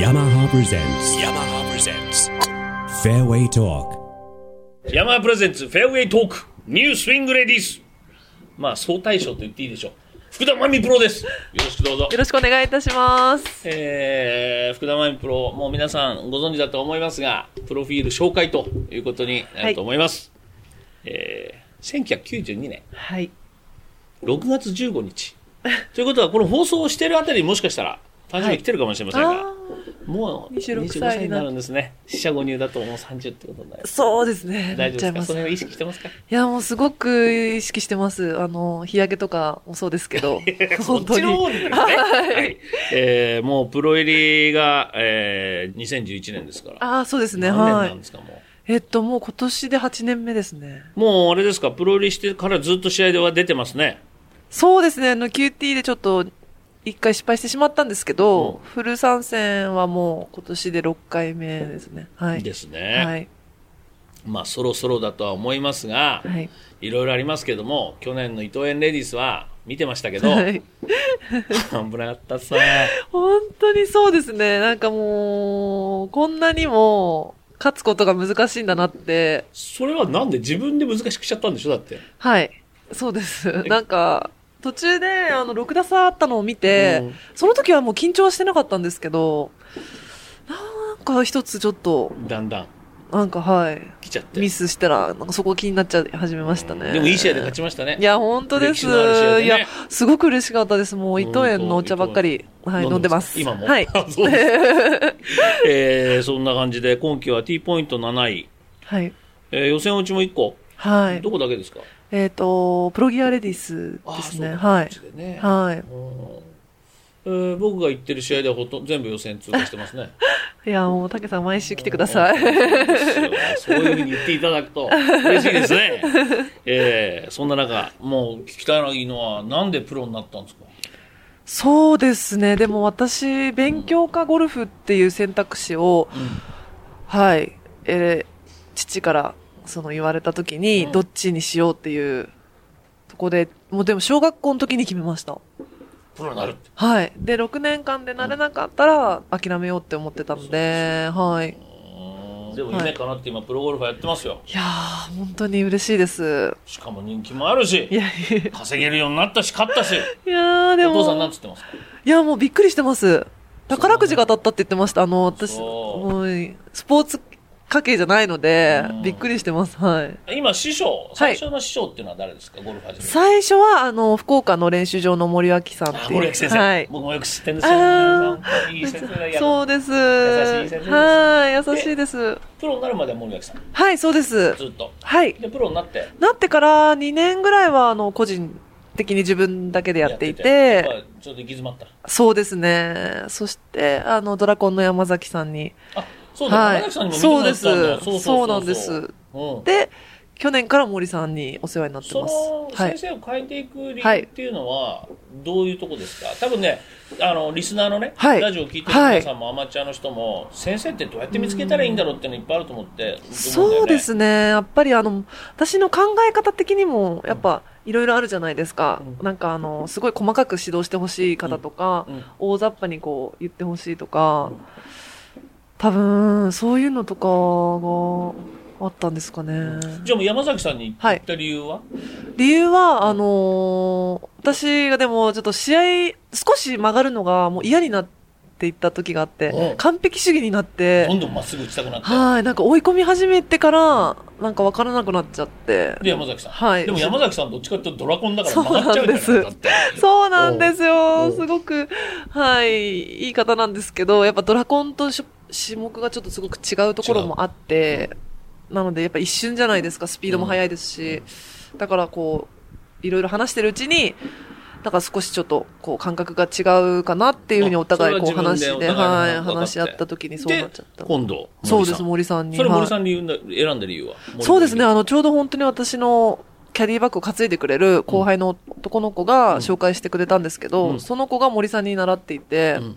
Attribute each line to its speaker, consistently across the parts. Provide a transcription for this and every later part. Speaker 1: yamaha presents yamaha presents fairway talk
Speaker 2: ヤマハプレゼンツフェアウェイトークニュースイングレディースまあ総大賞と言っていいでしょう福田真美プロですよろしくどうぞ
Speaker 3: よろしくお願いいたします。
Speaker 2: えー、福田真美プロもう皆さんご存知だと思いますがプロフィール紹介ということになると思います、えー、1992年
Speaker 3: はい。
Speaker 2: 6月15日ということはこの放送をしてるあたりにもしかしたら誕生日来てるかもしれませんが、
Speaker 3: あ
Speaker 2: もう
Speaker 3: 26
Speaker 2: 26歳になるんですね四捨五入だともう30ってことになる
Speaker 3: あ、そうですね。
Speaker 2: 大丈夫ですか
Speaker 3: なっ
Speaker 2: そ
Speaker 3: ち
Speaker 2: の
Speaker 3: ゃ
Speaker 2: 辺は
Speaker 3: いま
Speaker 2: 意識してますか。
Speaker 3: いや、もうすごく意識してます。あの、日焼けとかもそうですけど 本
Speaker 2: そっ
Speaker 3: 当に。
Speaker 2: ちの方ですね。
Speaker 3: はい
Speaker 2: はい。えー、もうプロ入りが、えー、2011年ですから。
Speaker 3: ああ、そうですね。
Speaker 2: 何
Speaker 3: は
Speaker 2: 年なん
Speaker 3: い
Speaker 2: で。すか、も
Speaker 3: えっと、もう今年で8年目ですね。
Speaker 2: う。もうあれですか、プロ入りしてからずっと試合では出てますね。
Speaker 3: そうですね。あの、QT でちょっと、一回失敗してしまったんですけど、
Speaker 2: うん
Speaker 3: フル参戦はもう今年で6回目ですね。はい。
Speaker 2: ですね。
Speaker 3: はい。
Speaker 2: まあ、そろそろだとは思いますが、
Speaker 3: はい。
Speaker 2: い、ろいろありますけども、去年の伊藤園レディースは見てましたけど、
Speaker 3: はい。
Speaker 2: 危なかったっす
Speaker 3: 本当にそうですね。なんかもう、こんなにも、勝つことが難しいんだなって、
Speaker 2: それはなんで自分で難しくしちゃったんでしょだって。
Speaker 3: はい。そうです。なんか、途中で、あの、6打差あったのを見て、
Speaker 2: うん
Speaker 3: その時はもう緊張はしてなかったんですけど、なんか一つちょっと、
Speaker 2: だんだん
Speaker 3: なんかはい、
Speaker 2: 来ちゃって。
Speaker 3: ミスしたら、なんかそこ気になっちゃい始めましたね。
Speaker 2: でもいい試合で勝ちましたね。
Speaker 3: いや、本当で
Speaker 2: 歴史
Speaker 3: す。
Speaker 2: のある試合でね
Speaker 3: いや、すごく嬉しかったです。もう、伊藤園のお茶ばっかり、はい、飲んでます。
Speaker 2: 今も。
Speaker 3: はい。
Speaker 2: あ そうです かえーそんな感じで、今季は T ポイント7位。
Speaker 3: はい。
Speaker 2: えー予選落ちも1個。
Speaker 3: はい。
Speaker 2: どこだけですか
Speaker 3: えっ、と、プロギアレディスですね。はい。
Speaker 2: そうだね
Speaker 3: は
Speaker 2: うんえー僕が行ってる試合ではほとんど全部予選通過してますね。
Speaker 3: い。いや、もう、竹さん、毎 週来てくださ
Speaker 2: うん
Speaker 3: い。
Speaker 2: そういうふうに言っていただくと嬉しいですね。えーそんな中、もう聞きたいのは、なんでプロになったんですか
Speaker 3: そうですね。でも、私、勉強かゴルフっていう選択肢を、はい。えー父から、その言われた時に、
Speaker 2: うん
Speaker 3: どっちにしようっていう、とこで、もう、でも、小学校の時に決めました。
Speaker 2: プロになるって。
Speaker 3: はい。で、6年間でなれなかったら、諦めようって思ってたので、はい。
Speaker 2: うんでも夢かなって今、プロゴルファーやってますよ。
Speaker 3: いやー、本当に嬉しいです。
Speaker 2: しかも人気もあるし
Speaker 3: い。やいやい
Speaker 2: 稼げるようになったし、勝ったし。
Speaker 3: やー、で
Speaker 2: お
Speaker 3: も。
Speaker 2: 父さんなんつってますか
Speaker 3: いや、もうびっくりしてます。宝くじが当たったって言ってました。あの、私、
Speaker 2: そう
Speaker 3: もうスポーツ家系じゃないので
Speaker 2: うん、
Speaker 3: びっくりしてます。はい。
Speaker 2: 今、師匠、最初の師匠っていうのは誰ですか、ゴルフ始めて。
Speaker 3: 最初は、あの、福岡の練習場の森脇さんって
Speaker 2: あ
Speaker 3: いう。
Speaker 2: 森脇先生、
Speaker 3: はい。
Speaker 2: 僕もよく知ってるんですよ。
Speaker 3: あー
Speaker 2: なんかいい先生だ
Speaker 3: そ
Speaker 2: よ。
Speaker 3: うです。
Speaker 2: 優しい先生です
Speaker 3: はい、優しいです。
Speaker 2: プロになるまでは森脇さん、
Speaker 3: はい、そうです。
Speaker 2: ずっと。
Speaker 3: はい。
Speaker 2: で、プロになって、
Speaker 3: なってから2年ぐらいは、あの、個人的に自分だけでやっていて、
Speaker 2: やっぱちょっと行き詰まった。
Speaker 3: そうですね。そして、あの、ドラコンの山崎さんに。
Speaker 2: あ、そうだ、
Speaker 3: はい
Speaker 2: 山崎さんにも見て
Speaker 3: そう
Speaker 2: もら
Speaker 3: で
Speaker 2: ったんだ。
Speaker 3: す。そうなんで
Speaker 2: う
Speaker 3: す。
Speaker 2: ん
Speaker 3: で、去年から森さんにお世話になって
Speaker 2: そ
Speaker 3: ます。
Speaker 2: の
Speaker 3: は
Speaker 2: 先
Speaker 3: い。
Speaker 2: 生を変えていく理由っていうのは、どういうとこですか、多分ね、あのリスナーのね、
Speaker 3: はい
Speaker 2: ラジオを聞いてる皆さんも、アマチュアの人も、先生ってどうやって見つけたらいいんだろうっていうのいっぱいあると思って、
Speaker 3: そうで
Speaker 2: ね。
Speaker 3: すね。やっぱりあの、私の考え方的にも、やっぱ、いろいろあるじゃないですか。
Speaker 2: うん
Speaker 3: なんかあの、すごい細かく指導してほしい方とか、
Speaker 2: うん
Speaker 3: 大雑把にこう言ってほしいとか、多分、そういうのとかがあったんですかね。
Speaker 2: じゃあもう山崎さんに行った理由は、
Speaker 3: 理由は、あのー私がでもちょっと試合、少し曲がるのがもう嫌になっていった時があっ
Speaker 2: うん
Speaker 3: て、完璧主義になって
Speaker 2: ど、んどんまっすぐ打ちたくなって、
Speaker 3: はい、なんか追い込み始めてから、なんかわからなくなっちゃって。
Speaker 2: で山崎さん、
Speaker 3: はい
Speaker 2: でも山崎さんどっちかっていうとドラコンだから
Speaker 3: そう
Speaker 2: 曲がっちゃうじゃない
Speaker 3: そう
Speaker 2: だ
Speaker 3: なん
Speaker 2: って
Speaker 3: そうなんです
Speaker 2: お
Speaker 3: よ。
Speaker 2: う
Speaker 3: すごく、はい、いい方なんですけど、やっぱドラコンとし種目がちょっとすごく違うところもあって、なのでやっぱ一瞬じゃないですか、スピードも速いですし、だからこう、いろいろ話してるうちに、なんか少しちょっと、こう、感覚が違うかなっていうふうにお互いこ
Speaker 2: あ
Speaker 3: う
Speaker 2: それは
Speaker 3: 話
Speaker 2: 自分
Speaker 3: し
Speaker 2: で
Speaker 3: て、
Speaker 2: お互
Speaker 3: はいい、
Speaker 2: のこと分かって
Speaker 3: 話し合った時にそうなっちゃった。
Speaker 2: 今度森さ
Speaker 3: そ
Speaker 2: ん
Speaker 3: うです、森さんに。
Speaker 2: それ
Speaker 3: はい
Speaker 2: 森さんに言うんだ選んだ理由は
Speaker 3: そうですね、あ
Speaker 2: の
Speaker 3: の、ちょうど本当に私のキャディバッグを担いでくれる後輩の男の子
Speaker 2: うん
Speaker 3: が紹介してくれたんですけど、
Speaker 2: うん
Speaker 3: その子が森さんに習っていて、
Speaker 2: うん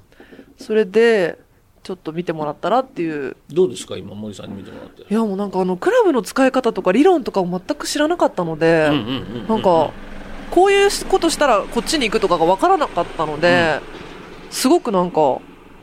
Speaker 3: それで、ちょっと見てもらったらっていう。
Speaker 2: どうですか今森さんに見てもらって
Speaker 3: いや、もうなんかあの、クラブの使い方とか理論とかを全く知らなかったので、
Speaker 2: うんうんうんうん
Speaker 3: なんか、こういうことしたらこっちに行くとかがわからなかったので、すごくなんか、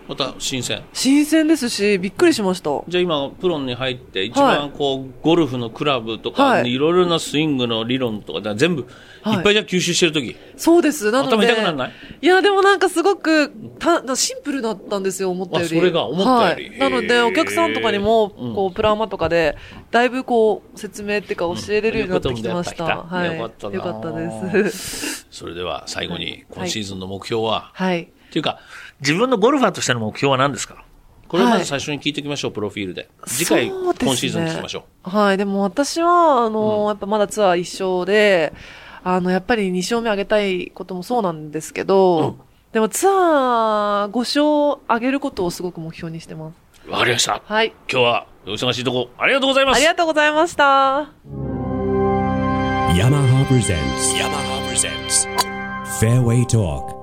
Speaker 2: また新鮮。
Speaker 3: 新鮮ですし、びっくりしました。
Speaker 2: じゃあ今、プロに入って、一番こう、ゴルフのクラブとか、
Speaker 3: はい
Speaker 2: い、ろいろなスイングの理論とか、だから全部、
Speaker 3: はい
Speaker 2: い、っぱいじゃあ吸収してるとき、
Speaker 3: そうです。なので。
Speaker 2: 頭痛くなんない
Speaker 3: いや、でもなんかすごく、た、シンプルだったんですよ、思ったより。
Speaker 2: あそれが思ったより
Speaker 3: は
Speaker 2: へ
Speaker 3: い。
Speaker 2: ー
Speaker 3: なので、お客さんとかにも、
Speaker 2: うん
Speaker 3: こう、プラマとかで、だいぶこう、説明っていうか教えれるようになってきてました。
Speaker 2: うん
Speaker 3: はい。
Speaker 2: よかったんだ
Speaker 3: よ
Speaker 2: やっ
Speaker 3: か
Speaker 2: ぱ
Speaker 3: っ
Speaker 2: り
Speaker 3: た
Speaker 2: な
Speaker 3: です。
Speaker 2: それでは最後
Speaker 3: はい
Speaker 2: に、今シーズンの目標は、
Speaker 3: はい。
Speaker 2: っていうか、自分のゴルファーとしての目標は何ですかこれをまず最初に聞いておきましょう、プロフィールで。次回、
Speaker 3: そうですね
Speaker 2: 今シーズン聞きましょ
Speaker 3: はい。でも私は、あの、やっぱまだツアー一勝で、あの、やっぱり2勝目上げたいこともそうなんですけど、
Speaker 2: うん
Speaker 3: でもツアー5勝上げることをすごく目標にしてます。
Speaker 2: う。わかりました。
Speaker 3: はい。
Speaker 2: 今日は、お忙しいとこ、ありがとうございま
Speaker 3: あ
Speaker 2: す
Speaker 3: り。がとうございました。
Speaker 1: Yamaha presents. Yamaha presents. Fairway Talk.